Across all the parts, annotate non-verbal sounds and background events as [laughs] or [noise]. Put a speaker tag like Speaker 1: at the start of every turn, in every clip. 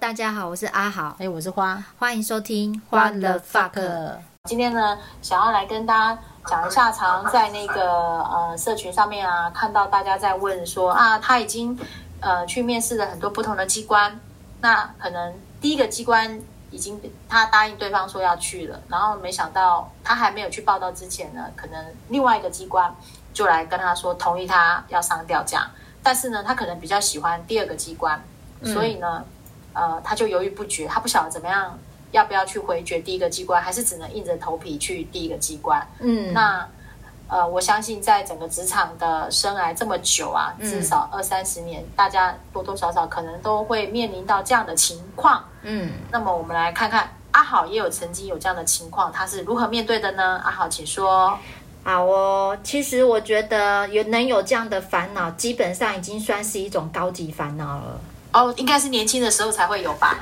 Speaker 1: 大家好，我是阿豪，
Speaker 2: 哎，我是花
Speaker 1: 欢迎收听《
Speaker 2: 花
Speaker 1: 花
Speaker 2: 了
Speaker 1: 了 fuck》。
Speaker 2: fuck，
Speaker 3: 今天呢，想要来跟大家讲一下，常在那个呃社群上面啊，看到大家在问说啊，他已经呃去面试了很多不同的机关，那可能第一个机关已经他答应对方说要去了，然后没想到他还没有去报道之前呢，可能另外一个机关就来跟他说同意他要上吊价，但是呢，他可能比较喜欢第二个机关，
Speaker 1: 嗯
Speaker 3: 所以呢，呃，他就犹豫不决，他不晓得怎么样要不要去回绝第一个机关，还是只能硬着头皮去第一个机关。
Speaker 1: 嗯，
Speaker 3: 那呃，我相信在整个职场的生涯这么久啊，
Speaker 1: 嗯
Speaker 3: 至少二三十年，大家多多少少可能都会面临到这样的情况。
Speaker 1: 嗯，
Speaker 3: 那么我们来看看阿好也有曾经有这样的情况，他是如何面对的呢？阿好，请说。
Speaker 1: 嗯好哦。其实我觉得有能有这样的烦恼，基本上已经算是一种高级烦恼了。
Speaker 3: 哦，应该是年轻的时候才会有吧？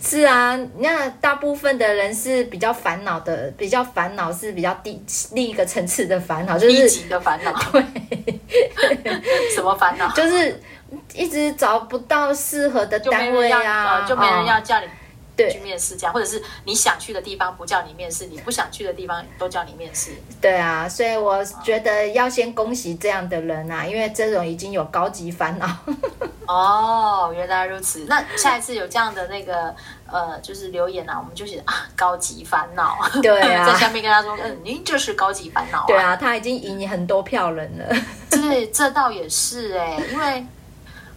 Speaker 1: 是啊，那大部分的人是比较烦恼的，比较烦恼是比较低另一个层次的烦恼，就
Speaker 3: 低
Speaker 1: 是
Speaker 3: 级的烦恼，
Speaker 1: [laughs] 对，
Speaker 3: 什么烦恼？
Speaker 1: 就是一直找不到适合的
Speaker 3: [laughs] 就没
Speaker 1: 单
Speaker 3: 人
Speaker 1: 位
Speaker 3: 要，
Speaker 1: 啊，
Speaker 3: 呃就没人要
Speaker 1: 哦
Speaker 3: 叫你去
Speaker 1: 对
Speaker 3: 面试，这样，或者是你想去的地方不叫你面试，你不想去的地方都叫你面试。
Speaker 1: 对啊，所以我觉得要先恭喜这样的人啊，因为这种已经有高级烦
Speaker 3: [laughs]
Speaker 1: 恼。
Speaker 3: 哦，原来如此。那下一次有这样的那个呃，就是留言啊，我们就写啊，高级烦恼。
Speaker 1: 对啊
Speaker 3: [laughs] 在下面跟他说，嗯，您就是高级烦恼、啊。
Speaker 1: 对，啊，他已经赢很多票人
Speaker 3: [laughs]
Speaker 1: 了。
Speaker 3: 这这倒也是哎、因为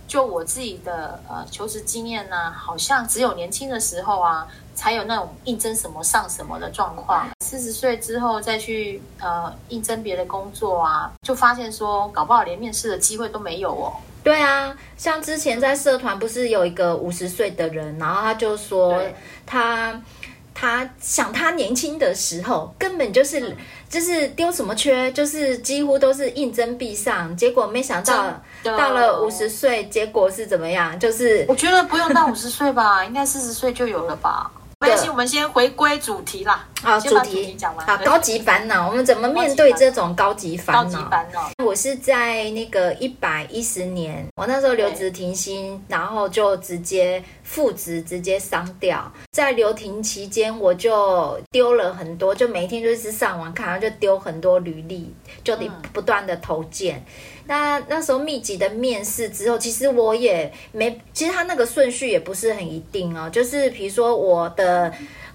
Speaker 3: 就我自己的呃求职经验呢、好像只有年轻的时候啊，才有那种应征什么上什么的状况。四十岁之后再去呃应征别的工作啊，就发现说，搞不好连面试的机会都没有哦。
Speaker 1: 对啊，像之前在社团不是有一个五十岁的人，然后他就说
Speaker 3: 对
Speaker 1: 他他想他年轻的时候根本就是、
Speaker 3: 嗯
Speaker 1: 就是丢什么缺，就是几乎都是应征必上，结果没想到
Speaker 3: 真的
Speaker 1: 到了五十岁，结果是怎么样？就是
Speaker 3: 我觉得不用到五十岁吧， [laughs] 应该四十岁就有了吧。没关系，我们先回归主题啦。
Speaker 1: 啊
Speaker 3: 先
Speaker 1: 主
Speaker 3: 把主
Speaker 1: 题
Speaker 3: 题讲完
Speaker 1: 啊
Speaker 3: 对
Speaker 1: 高级烦恼，我们怎么面对这种高级
Speaker 3: 高
Speaker 1: 烦
Speaker 3: 级
Speaker 1: 恼？
Speaker 3: 烦恼，
Speaker 1: 我是在那个一百一十年，我那时候留职停薪，然后就直接复职，直接商掉。在留停期间，我就丢了很多，就每一天就是上网看，然后就丢很多履历，就得
Speaker 3: 嗯
Speaker 1: 不断的投件。那那时候密集的面试之后，其实我也没，其实他那个顺序也不是很一定哦，就是比如说我的。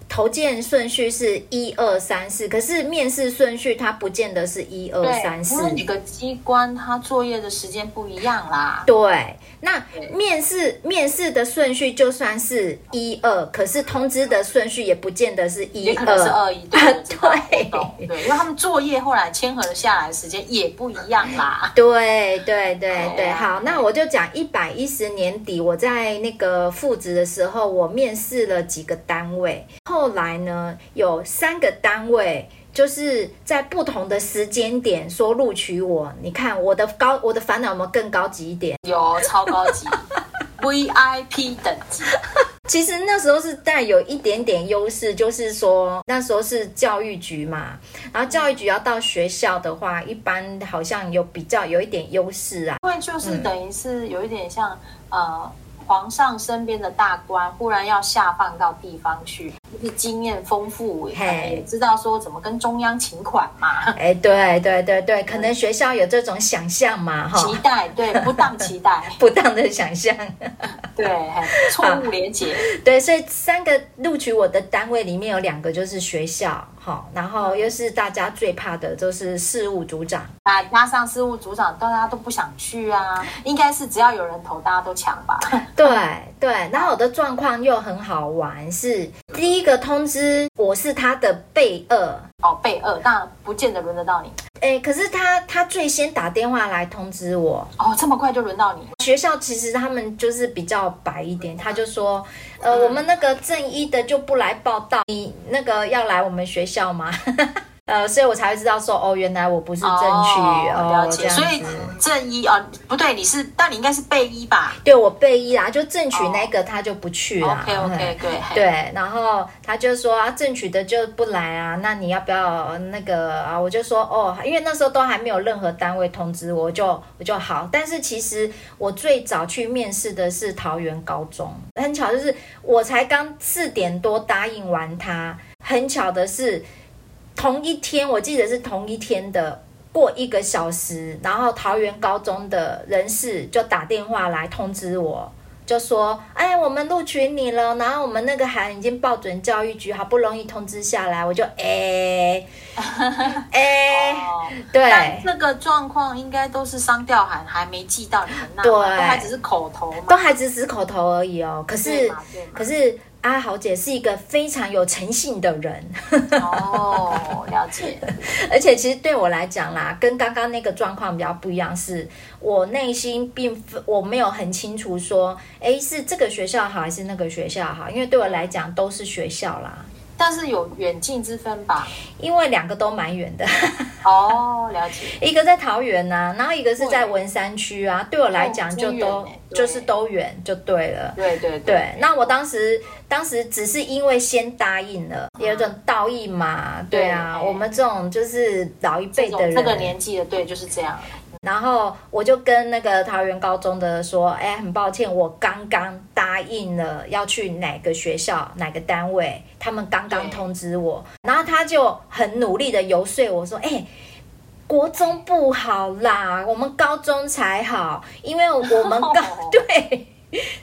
Speaker 1: 投件顺序是一二三四，可是面试顺序它不见得是一二三
Speaker 3: 对，
Speaker 1: 四，
Speaker 3: 因为每个机关它作业的时间不一样啦。
Speaker 1: 对，那
Speaker 3: 对
Speaker 1: 面试面试的顺序就算是一二，可是通知的顺序也不见得是一
Speaker 3: 也可能是
Speaker 1: 二。
Speaker 3: 二一，对，我知道
Speaker 1: 啊对
Speaker 3: 我懂对，因为他们作业后来签合了下来，时间也不一样啦。
Speaker 1: [laughs] 对对对
Speaker 3: 对
Speaker 1: 对，
Speaker 3: 啊
Speaker 1: 好，那我就讲一百一十年底，我在那个复职的时候，我面试了几个单位，后来呢有三个单位。就是在不同的时间点说录取我，你看我的高我的烦恼有没有更高级一点？
Speaker 3: 有超高级 VIP 等级，
Speaker 1: 其实那时候是带有一点点优势，就是说那时候是教育局嘛，然后教育局要到学校的话，一般好像有比较有一点优势啊。
Speaker 3: 因为就是等于是有一点像呃皇上身边的大官，忽然要下放到地方去，就是经验丰富，
Speaker 1: 嘿
Speaker 3: 也知道说怎么跟中央请款嘛，
Speaker 1: 哎，对对对对，可能学校有这种想象嘛，
Speaker 3: 期
Speaker 1: 哈，
Speaker 3: 待对不当期待，
Speaker 1: [laughs] 不当的想象。 [laughs]
Speaker 3: 对嘿错误连结，
Speaker 1: 对，所以三个录取我的单位里面有两个就是学校，哈，然后又是大家最怕的就是事务组长。
Speaker 3: 啊，加上事务组长，大家都不想去啊，应该是只要有人投，大家都抢吧。
Speaker 1: 对对，然后我的状况又很好玩，是第一个通知我是他的备二，
Speaker 3: 哦，备二，那不见得轮得到你。
Speaker 1: 哎，可是他他最先打电话来通知我，
Speaker 3: 哦，这么快就轮到你，
Speaker 1: 学校其实他们就是比较白一点，他就说，
Speaker 3: 嗯
Speaker 1: 呃，我们那个正一的就不来报道，你那个要来我们学校吗？ [laughs] 呃，所以我才会知道说，哦，原来我不是正区，
Speaker 3: 哦
Speaker 1: 哦，
Speaker 3: 了
Speaker 1: 这
Speaker 3: 解。
Speaker 1: 样子
Speaker 3: 所以正一哦，不对，你是，但你应该是备一吧
Speaker 1: 对我备一啦，就正取那
Speaker 3: 哦
Speaker 1: 个他就不去啦。嗯
Speaker 3: ？OK OK 对
Speaker 1: 啊对，然后他就说啊，正取的就不来啊，那你要不要那个啊？我就说哦，因为那时候都还没有任何单位通知我，我就我就好。但是其实我最早去面试的是桃园高中，很巧就是我才刚四点多答应完他，很巧的是同一天，我记得是同一天的。过一个小时，然后桃园高中的人事就打电话来通知我，就说：“哎，我们录取你了。”然后我们那个函已经报准教育局，好不容易通知下来，我就哎
Speaker 3: [laughs]
Speaker 1: 哎，
Speaker 3: 哦，但
Speaker 1: 对，
Speaker 3: 这个状况应该都是商调函还没寄到你们那，
Speaker 1: 对
Speaker 3: 都还只是口头嘛。
Speaker 1: 都还只是口头而已哦。可
Speaker 3: 对
Speaker 1: 是
Speaker 3: 嘛对嘛
Speaker 1: 可是阿豪姐是一个非常有诚信的人，
Speaker 3: 哦，了解。
Speaker 1: [laughs] 而且其实对我来讲啦，跟刚刚那个状况比较不一样是，我内心并非我没有很清楚说，哎，是这个学校好还是那个学校好，因为对我来讲都是学校啦，
Speaker 3: 但是有远近之分吧？
Speaker 1: 因为两个都蛮远的。 [laughs]
Speaker 3: 哦，了解。
Speaker 1: 一个在桃园呐、然后一个是在文山区啊，对我来讲就都、
Speaker 3: 哦真远欸对
Speaker 1: 就是都远就对了。
Speaker 3: 对对对，
Speaker 1: 对，那我当时当时只是因为先答应了，有一种道义嘛，对啊，
Speaker 3: 对
Speaker 1: 我们这种就是老一
Speaker 3: 这
Speaker 1: 辈
Speaker 3: 种
Speaker 1: 的人，
Speaker 3: 这个年纪的，对，就是这样。
Speaker 1: 然后我就跟那个桃园高中的说，哎，很抱歉，我刚刚答应了要去哪个学校、哪个单位，他们刚刚
Speaker 3: 对
Speaker 1: 通知我，
Speaker 3: 嗯
Speaker 1: 然后他就很努力的游说我说，哎。国中不好啦，我们高中才好，因为我们
Speaker 3: [laughs]
Speaker 1: 高、 [laughs] 对，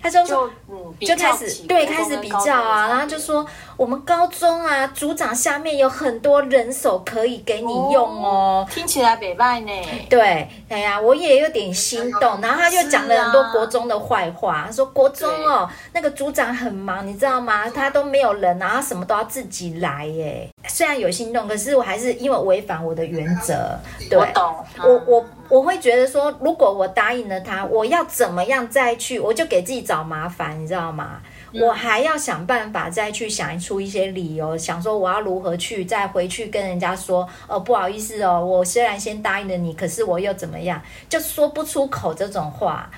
Speaker 1: 他就说
Speaker 3: 就嗯，比
Speaker 1: 就
Speaker 3: 较
Speaker 1: 开
Speaker 3: 起
Speaker 1: 始对
Speaker 3: 国中
Speaker 1: 开始
Speaker 3: 跟
Speaker 1: 比
Speaker 3: 高中
Speaker 1: 较
Speaker 3: 的差
Speaker 1: 啊，
Speaker 3: 别
Speaker 1: 然后就说我们高中啊，组长下面有很多人手可以给你用哦
Speaker 3: 听起来北拜呢。
Speaker 1: 对，哎呀，我也有点心动。然后他就讲了很多
Speaker 3: 是啊
Speaker 1: 国中的坏话，他说国中哦，那个组长很忙，你知道吗？他都没有人，然后什么都要自己来耶。虽然有心动，可是我还是因为违反我的原则。对，
Speaker 3: 我懂，
Speaker 1: 我
Speaker 3: 嗯
Speaker 1: 我我会觉得说，如果我答应了他，我要怎么样再去，我就给自己找麻烦，你知道吗？我还要想办法再去想出一些理由，想说我要如何去再回去跟人家说，哦，不好意思哦，我虽然先答应了你，可是我又怎么样，就说不出口这种话。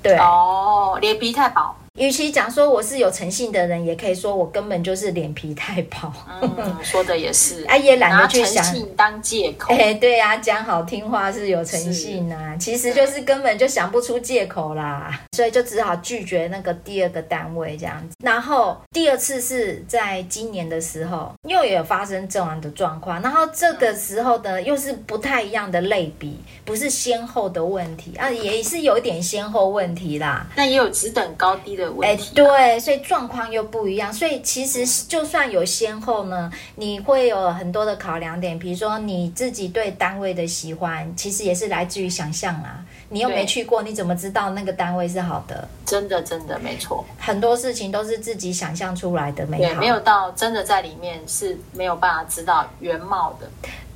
Speaker 1: 对，
Speaker 3: 哦，脸皮太薄，
Speaker 1: 与其讲说我是有诚信的人，也可以说我根本就是脸皮太薄， [laughs]
Speaker 3: 嗯，说的也是，
Speaker 1: 啊，也懒
Speaker 3: 拿
Speaker 1: 得去
Speaker 3: 诚
Speaker 1: 想。
Speaker 3: 信当借口
Speaker 1: 哎、，对呀、啊，讲好听话是有诚信啊，其实就是根本就想不出借口啦，所以就只好拒绝那个第二个单位这样子。然后第二次是在今年的时候，又有发生这样的状况，然后这个时候呢又是不太一样的类比，不是先后的问题啊，也是有一点先后问题啦。
Speaker 3: 那也有只等高低的
Speaker 1: 哎、
Speaker 3: 问题。
Speaker 1: 对，所以状况又不一样，所以其实就算有先后呢，你会有很多的考量点，比如说你自己对单位的喜欢，其实也是来自于想象啊。你又没
Speaker 3: 对
Speaker 1: 去过，你怎么知道那个单位是好的？
Speaker 3: 真的真的没错，
Speaker 1: 很多事情都是自己想象出来的美
Speaker 3: 对，
Speaker 1: 好。
Speaker 3: 没有到真的在里面是没有办法知道原貌的。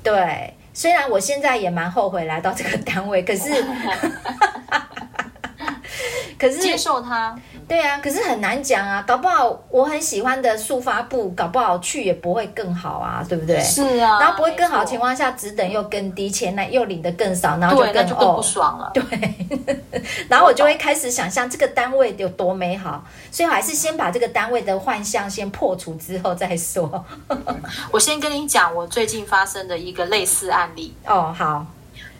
Speaker 1: 对，虽然我现在也蛮后悔来到这个单位，
Speaker 3: [laughs]
Speaker 1: 可是，可是
Speaker 3: 接受它，
Speaker 1: 对啊，可是很难讲啊，搞不好我很喜欢的速发部，搞不好去也不会更好啊，对不对？
Speaker 3: 是啊，
Speaker 1: 然后不会更好的
Speaker 3: 没错
Speaker 1: 情况下，只等又更低，钱来又领的更少，然后
Speaker 3: 对，那
Speaker 1: 更
Speaker 3: 就更不
Speaker 1: 哦，
Speaker 3: 爽了。
Speaker 1: 然后我就会开始想象这个单位有多美好，所以我还是先把这个单位的幻象先破除之后再说。
Speaker 3: 我先跟你讲我最近发生的一个类似案例。
Speaker 1: 哦，好，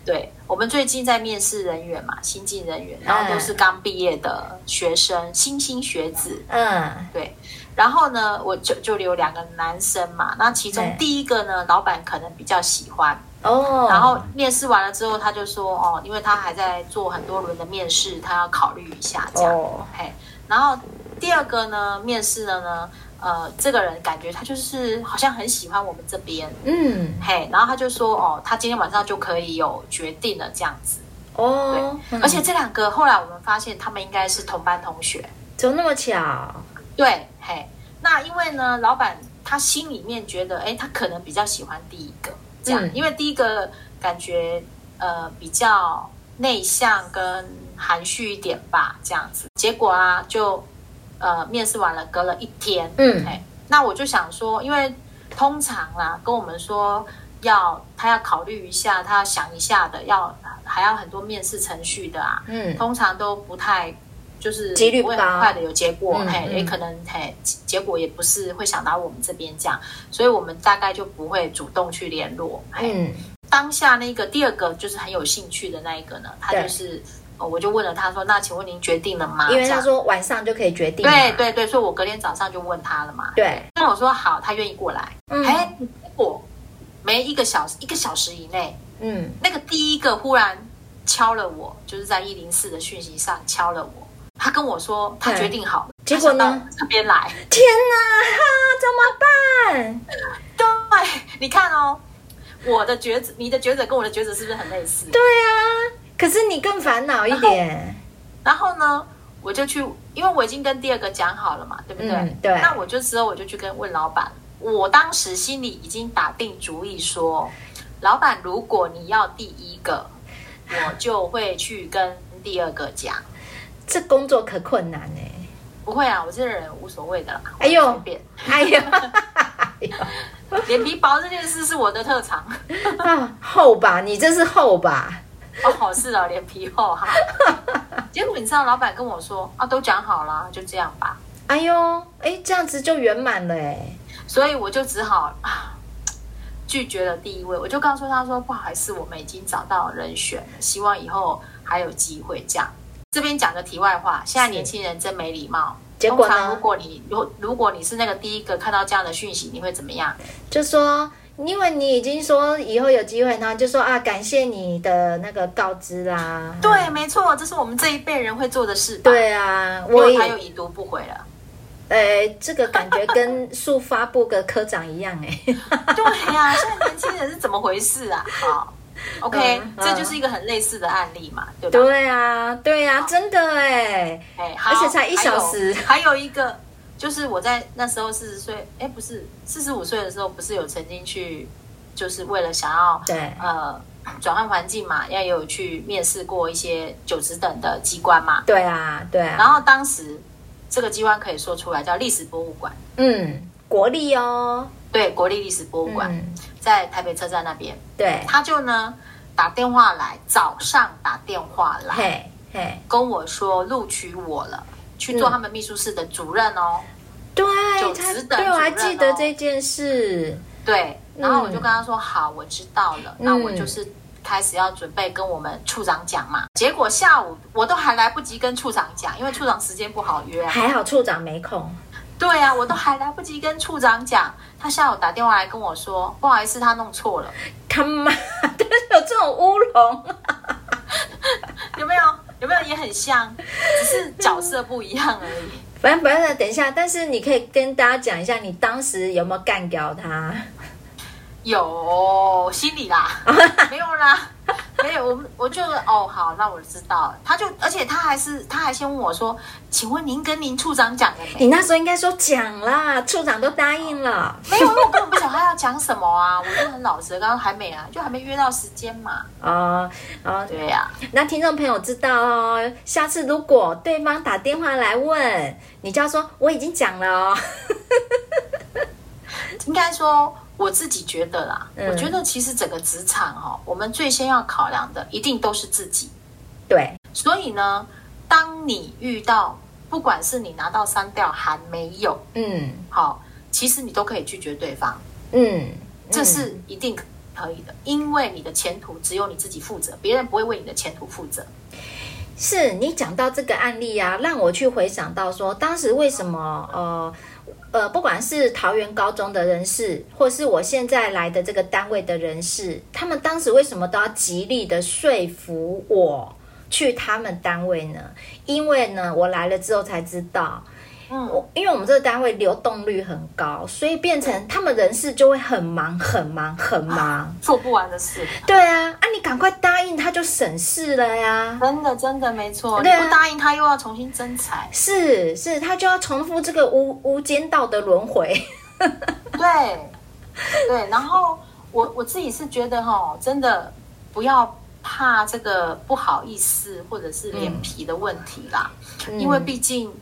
Speaker 3: 对我们最近在面试人员嘛，新进人员，然后都是刚毕业的学生，新兴学子。
Speaker 1: 嗯，
Speaker 3: 对，然后呢，我就就留两个男生嘛，那其中
Speaker 1: 对
Speaker 3: 第一个呢，老板可能比较喜欢，
Speaker 1: 哦，
Speaker 3: 然后面试完了之后，他就说哦，因为他还在做很多轮的面试，他要考虑一下这样，
Speaker 1: 哦，
Speaker 3: 嘿，然后第二个呢，面试的呢，呃，这个人感觉他就是好像很喜欢我们这边，
Speaker 1: 嗯，
Speaker 3: 嘿，然后他就说哦，他今天晚上就可以有决定了这样子，
Speaker 1: 哦，嗯
Speaker 3: 而且这两个后来我们发现他们应该是同班同学，
Speaker 1: 怎么那么巧？
Speaker 3: 对，嘿，那因为呢，老板他心里面觉得，哎，他可能比较喜欢第一个，这样，
Speaker 1: 嗯
Speaker 3: 因为第一个感觉呃比较内向跟含蓄一点吧，这样子。结果啊，就呃面试完了，隔了一天，
Speaker 1: 嗯
Speaker 3: 嘿，那我就想说，因为通常啦，跟我们说要他要考虑一下，他要想一下的，要还要很多面试程序的啊，
Speaker 1: 嗯
Speaker 3: 通常都不太就是
Speaker 1: 几率
Speaker 3: 不
Speaker 1: 不
Speaker 3: 会
Speaker 1: 高
Speaker 3: 很快的有结果，
Speaker 1: 嗯
Speaker 3: 嘿，
Speaker 1: 嗯
Speaker 3: 也可能嘿结果也不是会想到我们这边这样，所以我们大概就不会主动去联络，嘿，
Speaker 1: 嗯
Speaker 3: 当下那个第二个就是很有兴趣的那一个呢，他
Speaker 1: 对
Speaker 3: 就是呃我就问了他说，那请问您决定了吗？
Speaker 1: 因为
Speaker 3: 这
Speaker 1: 他
Speaker 3: 样
Speaker 1: 说晚上就可以决定嘛，
Speaker 3: 哎对对对，所以我隔天早上就问他了嘛，
Speaker 1: 对，
Speaker 3: 那我说好，他愿意过来，
Speaker 1: 嗯
Speaker 3: 哎、结果没一个小时一个小时以内，
Speaker 1: 嗯
Speaker 3: 那个第一个忽然敲了我，就是在一零四的讯息上敲了我。他跟我说他
Speaker 1: 对
Speaker 3: 决定好了，
Speaker 1: 结果呢
Speaker 3: 他想到这
Speaker 1: [laughs]
Speaker 3: 边来。
Speaker 1: 天哪，哈，怎么办？
Speaker 3: 对，你看哦，我的抉择，你的抉择跟我的抉择是不是很类似？
Speaker 1: 对啊，可是你更烦恼一点，
Speaker 3: 然后呢，我就去，因为我已经跟第二个讲好了嘛，对不对？
Speaker 1: 嗯对
Speaker 3: 那我就之后我就去跟问老板，我当时心里已经打定主意说，老板，如果你要第一个，我就会去跟第二个讲。
Speaker 1: 这工作可困难哎、
Speaker 3: 不会啊，我这个人无所谓的啦。
Speaker 1: 哎呦
Speaker 3: 随便，
Speaker 1: 哎呀， [laughs] 哎呀
Speaker 3: 脸皮薄这件事是我的特长。 [laughs]
Speaker 1: 啊，厚吧，你这是厚吧？
Speaker 3: 哦，是哦，脸皮
Speaker 1: [laughs]
Speaker 3: 厚哈。结果你知道，老板跟我说啊，都讲好了，就这样吧。
Speaker 1: 哎呦，哎，这样子就圆满了哎、
Speaker 3: 所以我就只好啊拒绝了第一位，我就告诉他说不好意思，我们已经找到人选了，希望以后还有机会这样。这边讲个题外话，现在
Speaker 1: 是
Speaker 3: 年轻人真没礼貌。
Speaker 1: 结果呢
Speaker 3: 通常如果你如如果你是那个第一个看到这样的讯息，你会怎么样？
Speaker 1: 就说，因为你已经说以后有机会，然后就说啊，感谢你的那个告知啦。
Speaker 3: 对，没错，这是我们这一辈人会做的事吧。，
Speaker 1: 对啊，
Speaker 3: 因
Speaker 1: 我
Speaker 3: 为他又
Speaker 1: 也，
Speaker 3: 已读不回了。
Speaker 1: 呃，这个感觉跟速发部的科长一样哎、
Speaker 3: 对呀、 [laughs] 现在年轻人是怎么回事啊？好，OK，、
Speaker 1: 嗯
Speaker 3: 这就是一个很类似的案例嘛，对
Speaker 1: [laughs]
Speaker 3: 吧？
Speaker 1: 对啊，对啊，真的哎、
Speaker 3: 哎，
Speaker 1: 而且
Speaker 3: 好
Speaker 1: 才一小时
Speaker 3: 还有还有一个，就是我在那时候四十岁，哎，不是四十五岁的时候，不是有曾经去，就是为了想要
Speaker 1: 对，
Speaker 3: 呃转换环境嘛，要有去面试过一些九职等的机关嘛。
Speaker 1: 对啊，对啊
Speaker 3: 然，后当时这个机关可以说出来叫历史博物馆，
Speaker 1: 嗯，国力哦，
Speaker 3: 对，国立历史博物馆、
Speaker 1: 嗯，
Speaker 3: 在台北车站那边，
Speaker 1: 对，
Speaker 3: 他就呢打电话来，早上打电话来
Speaker 1: 嘿，嘿，
Speaker 3: 跟我说录取我了，去做他们秘书室的主任哦。
Speaker 1: 对
Speaker 3: 就，
Speaker 1: 他
Speaker 3: 只等
Speaker 1: 对我还
Speaker 3: 主任
Speaker 1: 记得
Speaker 3: 哦
Speaker 1: 这件事，
Speaker 3: 对，然后我就
Speaker 1: 嗯
Speaker 3: 跟他说：“好，我知道了。那我就是开始要准备跟我们处长讲嘛。结果下午我都还来不及跟处长讲，因为处长时间不好约啊。
Speaker 1: 还好处长没空，
Speaker 3: 对啊，我都还来不及跟处长讲，他下午打电话来跟我说，不好意思，他弄错了，
Speaker 1: 他妈 [laughs] 的有这种乌龙，
Speaker 3: 有没有？有没有也很像，只是角色不一样而已。
Speaker 1: 反正不要等一下，但是你可以跟大家讲一下，你当时有没有干掉他？
Speaker 3: 有心里啦，没有啦，没有，我们我就哦好，那我知道了。他就，而且他还是他还先问我说，请问您跟您处长讲了没
Speaker 1: [laughs] 你？那时候应该说讲啦，处长都答应了。
Speaker 3: 没有，因为我根本不晓得他要讲什么啊，我就很老实，刚刚还没啊，就还没约到时间嘛。
Speaker 1: 哦哦，
Speaker 3: 对啊呀、
Speaker 1: 那听众朋友知道哦，下次如果对方打电话来问，你就要说我已经讲了哦。
Speaker 3: 应该说我自己觉得啦，
Speaker 1: 嗯
Speaker 3: 我觉得其实整个职场哦，我们最先要考量的一定都是自己。
Speaker 1: 对，
Speaker 3: 所以呢，当你遇到，不管是你拿到删掉还没有，
Speaker 1: 嗯
Speaker 3: 好、其实你都可以拒绝对方。
Speaker 1: 嗯，
Speaker 3: 这是一定可以的，因为你的前途只有你自己负责，别人不会为你的前途负责。
Speaker 1: 是你讲到这个案例啊，让我去回想到说，当时为什么呃呃，不管是桃园高中的人士，或是我现在来的这个单位的人士，他们当时为什么都要极力的说服我去他们单位呢？因为呢，我来了之后才知道，
Speaker 3: 嗯，
Speaker 1: 我因为我们这个单位流动率很高，所以变成他们人事就会很忙、很忙、很忙。
Speaker 3: 做不完的事，
Speaker 1: 对啊，啊，你赶快答应他就省事了呀。
Speaker 3: 真的真的没错。你
Speaker 1: 对啊
Speaker 3: 不答应他，又要重新征才。
Speaker 1: 是是，他就要重复这个无无间道的轮回。
Speaker 3: [laughs] 对，对。然后我我自己是觉得哈、真的不要怕嗯
Speaker 1: 嗯
Speaker 3: 这个不好意思或者是脸皮的问题啦，因为毕竟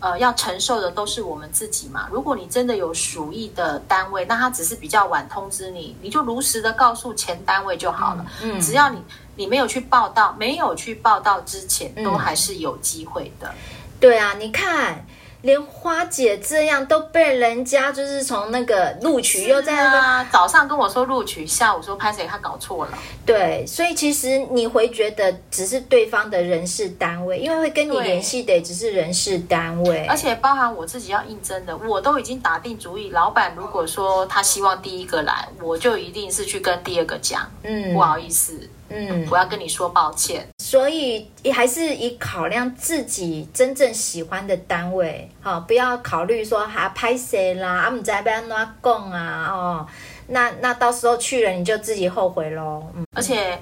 Speaker 3: 呃要承受的都是我们自己嘛。如果你真的有属意的单位，那他只是比较晚通知你，你就如实的告诉前单位就好了。
Speaker 1: 嗯
Speaker 3: 只要你你没有去报道，没有去报道之前，
Speaker 1: 嗯
Speaker 3: 都还是有机会的。
Speaker 1: 对啊，你看，连花姐这样都被人家就是从那个录取又在那边、
Speaker 3: 啊，早上跟我说录取，下午说拍谁他搞错了。
Speaker 1: 对，所以其实你会觉得只是对方的人事单位，因为会跟你
Speaker 3: 对呃
Speaker 1: 联系的也只是人事单位
Speaker 3: 而。且包含我自己要应征的，我都已经打定主意。老板如果说他希望第一个来，我就一定是去跟第二个讲，
Speaker 1: 嗯
Speaker 3: 不好意思，
Speaker 1: 嗯，
Speaker 3: 我要跟你说抱歉。
Speaker 1: 所以还是以考量自己真正喜欢的单位，好、不要考虑说啊拍谁啦，啊们在边乱供啊，哦，那那到时候去了你就自己后悔喽。嗯
Speaker 3: 而且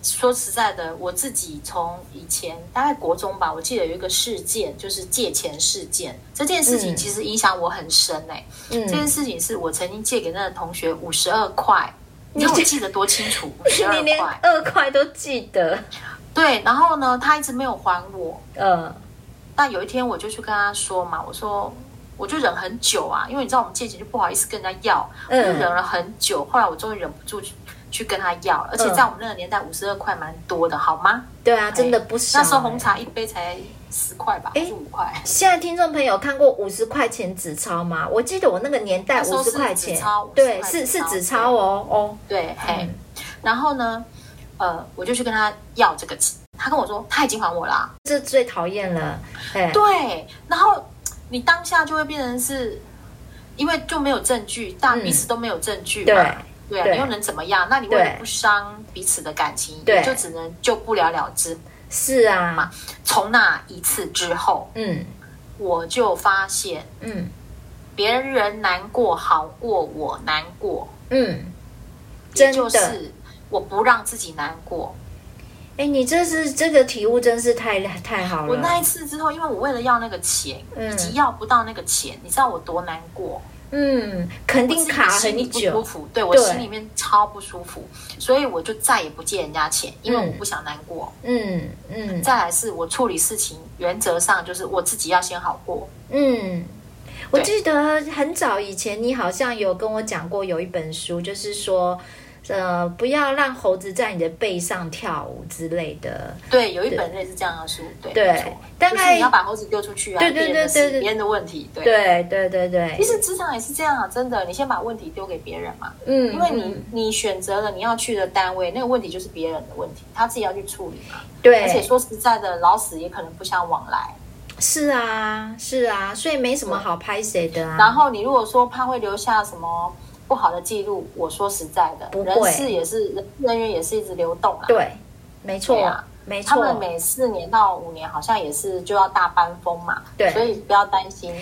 Speaker 3: 说实在的，我自己从以前大概国中吧，我记得有一个事件，就是借钱事件。这件事情
Speaker 1: 嗯
Speaker 3: 其实影响我很深哎、这件
Speaker 1: 嗯，
Speaker 3: 事情是我曾经借给那个同学五十二
Speaker 1: [laughs]
Speaker 3: 块，你知道我
Speaker 1: 你
Speaker 3: 记得多清楚，五
Speaker 1: [laughs]
Speaker 3: 十
Speaker 1: 你
Speaker 3: 二
Speaker 1: 连
Speaker 3: 块。
Speaker 1: 二块都记得，
Speaker 3: 对，然后呢，他一直没有还我。
Speaker 1: 呃，
Speaker 3: 但有一天我就去跟他说嘛，我说我就忍很久啊，因为你知道我们借钱就不好意思跟人家要，我就
Speaker 1: 嗯
Speaker 3: 忍了很久。后来我终于忍不住去去跟他要，而且
Speaker 1: 嗯
Speaker 3: 在我们那个年代，五十二块蛮多的，好吗？
Speaker 1: 对啊，真的不少、
Speaker 3: 哎那时候红茶一杯才十块吧，
Speaker 1: 哎
Speaker 3: 还是五
Speaker 1: [laughs]
Speaker 3: 块？
Speaker 1: 现在听众朋友看过五十块钱纸钞吗？我记得我那个年代
Speaker 3: 那时候
Speaker 1: 五十
Speaker 3: 是
Speaker 1: 块
Speaker 3: 纸
Speaker 1: 钱
Speaker 3: 钞，50
Speaker 1: 对，
Speaker 3: 块
Speaker 1: 是是
Speaker 3: 纸钞
Speaker 1: 纸钞哦哦，
Speaker 3: 对，嘿。
Speaker 1: 嗯
Speaker 3: 然后呢，呃，我就去跟他要这个钱，他跟我说他已经还我啦、
Speaker 1: 这最讨厌了，哎，
Speaker 3: 对，然后你当下就会变成是，因为就没有证据，大
Speaker 1: 嗯
Speaker 3: 彼此都没有证据
Speaker 1: 对
Speaker 3: 嘛，对啊
Speaker 1: 对
Speaker 3: 你又能怎么样？那你为了
Speaker 1: 对
Speaker 3: 不伤彼此的感情，
Speaker 1: 对
Speaker 3: 也就只能就不了了之。
Speaker 1: 是啊，
Speaker 3: 从那一次之后，
Speaker 1: 嗯
Speaker 3: 我就发现
Speaker 1: 嗯
Speaker 3: 别人难过好过我难过，
Speaker 1: 嗯。真的
Speaker 3: 也就是我不让自己难过。
Speaker 1: 哎、你这是这个体悟真是太太好了。
Speaker 3: 我那一次之后，因为我为了要那个钱，
Speaker 1: 嗯
Speaker 3: 以及要不到那个钱，你知道我多难过。
Speaker 1: 嗯，肯定卡
Speaker 3: 我自己心里
Speaker 1: 很
Speaker 3: 不舒
Speaker 1: 久。
Speaker 3: 服，对我
Speaker 1: 对
Speaker 3: 心里面超不舒服，所以我就再也不借人家钱，因为我不想难过。
Speaker 1: 嗯嗯
Speaker 3: 再来是我处理事情原则上就是我自己要先好过，
Speaker 1: 嗯，我
Speaker 3: 对
Speaker 1: 记得很早以前你好像有跟我讲过，有一本书就是说，呃，不要让猴子在你的背上跳舞之类的。
Speaker 3: 对，有一本类似这样的书，对，没
Speaker 1: 对
Speaker 3: 错，
Speaker 1: 大
Speaker 3: 就是你要
Speaker 1: 概
Speaker 3: 把猴子丢出去啊，
Speaker 1: 对对
Speaker 3: 别人的
Speaker 1: 对对对
Speaker 3: 事别人的问题，对。
Speaker 1: 对对对
Speaker 3: 其
Speaker 1: 对，
Speaker 3: 实职场也是这样啊，真的，你先把问题丢给别人嘛，
Speaker 1: 嗯，
Speaker 3: 因为你
Speaker 1: 嗯
Speaker 3: 你选择了你要去的单位，那个问题就是别人的问题，他自己要去处理嘛。而且
Speaker 1: 对嗯
Speaker 3: 说实在的，老死也可能不相往来。
Speaker 1: 是啊是啊，所以没什么好拍谁的啊。
Speaker 3: 然后你如果说怕会留下什么不好的记录，我说实在的，
Speaker 1: 不会
Speaker 3: 人事也是人人员也是一直流动啊。
Speaker 1: 对，没错、
Speaker 3: 对啊
Speaker 1: 没
Speaker 3: 他们
Speaker 1: 错，
Speaker 3: 每四年到五年好像也是就要大搬风嘛，
Speaker 1: 对
Speaker 3: 所以不要担心，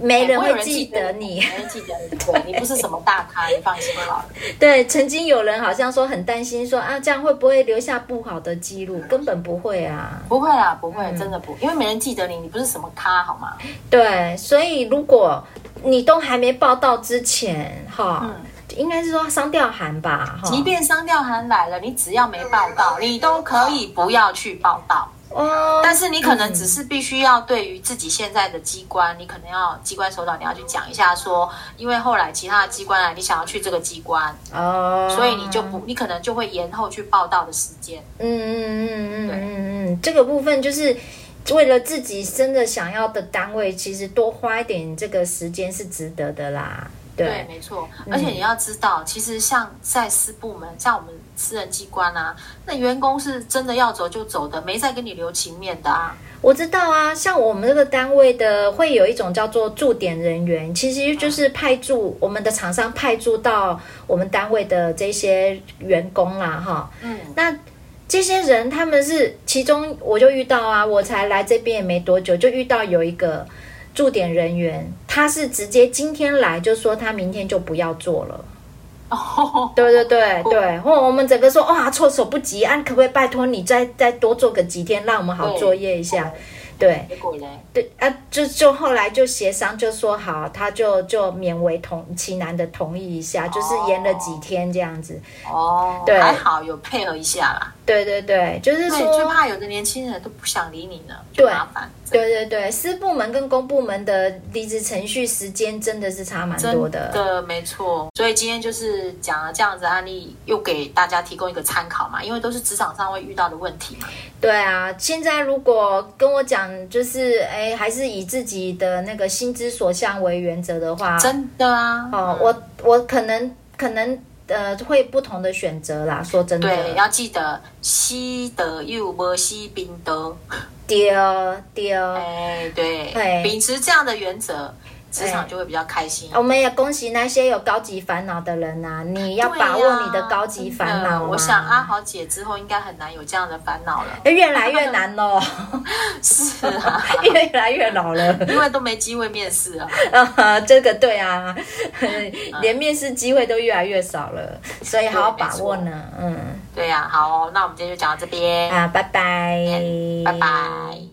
Speaker 1: 没人
Speaker 3: 哎不有
Speaker 1: 会记得你。
Speaker 3: 没人记得你，对你不是什么大咖，你放心好了。
Speaker 1: 对，曾经有人好像说很担心说，啊，这样会不会留下不好的记录？根本不会啊。
Speaker 3: 不会啦，不会，
Speaker 1: 嗯
Speaker 3: 真的不，因为没人记得你，你不是什么咖好吗？
Speaker 1: 对，所以如果你都还没报到之前，哈、
Speaker 3: 嗯
Speaker 1: 应该是说商调函吧，哈。
Speaker 3: 即便商调函来了，你只要没报道，你都可以不要去报道。
Speaker 1: 哦，
Speaker 3: 但是你可能只是必须要对于自己现在的机关，你可能要机关首长你要去讲一下说，因为后来其他的机关来，你想要去这个机关，
Speaker 1: 哦，
Speaker 3: 所以你就不，你可能就会延后去报道的时间。
Speaker 1: 嗯嗯嗯嗯嗯嗯，这个部分就是为了自己真的想要的单位，其实多花一点这个时间是值得的啦。
Speaker 3: 对，没错。而且你要知道，其实像在私部门，像我们私人机关啊，那员工是真的要走就走的，没再跟你留情面的啊。 [laughs]
Speaker 1: 我知道啊，像我们这个单位的会有一种叫做驻点人员，其实就是派驻、我们的厂商派驻到我们单位的这些员工啦，哈。
Speaker 3: 嗯，
Speaker 1: 那这些人他们是其中我就遇到啊，我才来这边也没多久，就遇到有一个驻点人员，他是直接今天来就说他明天就不要做了。
Speaker 3: 哦，
Speaker 1: 对对对对，或我们整个说哇措手不及，啊，可不可以拜托你再再多做个几天，让我们好
Speaker 3: 对
Speaker 1: 作业一下？对，
Speaker 3: 结果嘞，
Speaker 1: 对啊，就就后来就协商，就说好，他就就勉为同其难的同意一下，就是延了几天这样子。
Speaker 3: 哦，
Speaker 1: 对
Speaker 3: 还好有配合一下啦。
Speaker 1: 对对对，就是
Speaker 3: 对，最
Speaker 1: 说，
Speaker 3: 怕有的年轻人都不想理你呢，
Speaker 1: 对
Speaker 3: 就麻烦。
Speaker 1: 对对对，私部门跟公部门的离职程序时间真的是差蛮
Speaker 3: 真
Speaker 1: 多的。
Speaker 3: 的没错，所以今天就是讲了这样子案例，又给大家提供一个参考嘛，因为都是职场上会遇到的问题嘛。
Speaker 1: 对啊，现在如果跟我讲，就是哎，还是以自己的那个薪资所向为原则的话，
Speaker 3: 真的啊，
Speaker 1: 哦，我我可能可能呃会不同的选择啦。说真的，
Speaker 3: 对，要记得西德又不西宾德，
Speaker 1: 丢丢，
Speaker 3: 哎，对，
Speaker 1: 对
Speaker 3: 秉持这样的原则，职场
Speaker 1: 对哦
Speaker 3: 就会比较开心。啊
Speaker 1: 我们也恭喜那些有高级烦恼的人呐、你要把
Speaker 3: 对呀
Speaker 1: 握你的高级烦
Speaker 3: 真
Speaker 1: 恼、啊
Speaker 3: 的我想阿，豪姐之后应该很难有这样的烦恼
Speaker 1: [laughs]
Speaker 3: 了。
Speaker 1: 哎，越来越难
Speaker 3: [laughs]
Speaker 1: 喽，
Speaker 3: 是啊，
Speaker 1: 越来越老了。 [laughs]
Speaker 3: 因为都没机会面试啊。
Speaker 1: 呃，这个对啊， [laughs] 连面试机会都越来越少了，所以好好把握呢。嗯，
Speaker 3: 对呀、好、哦，那我们今天就讲到这边，
Speaker 1: 啊，拜拜，
Speaker 3: 拜拜。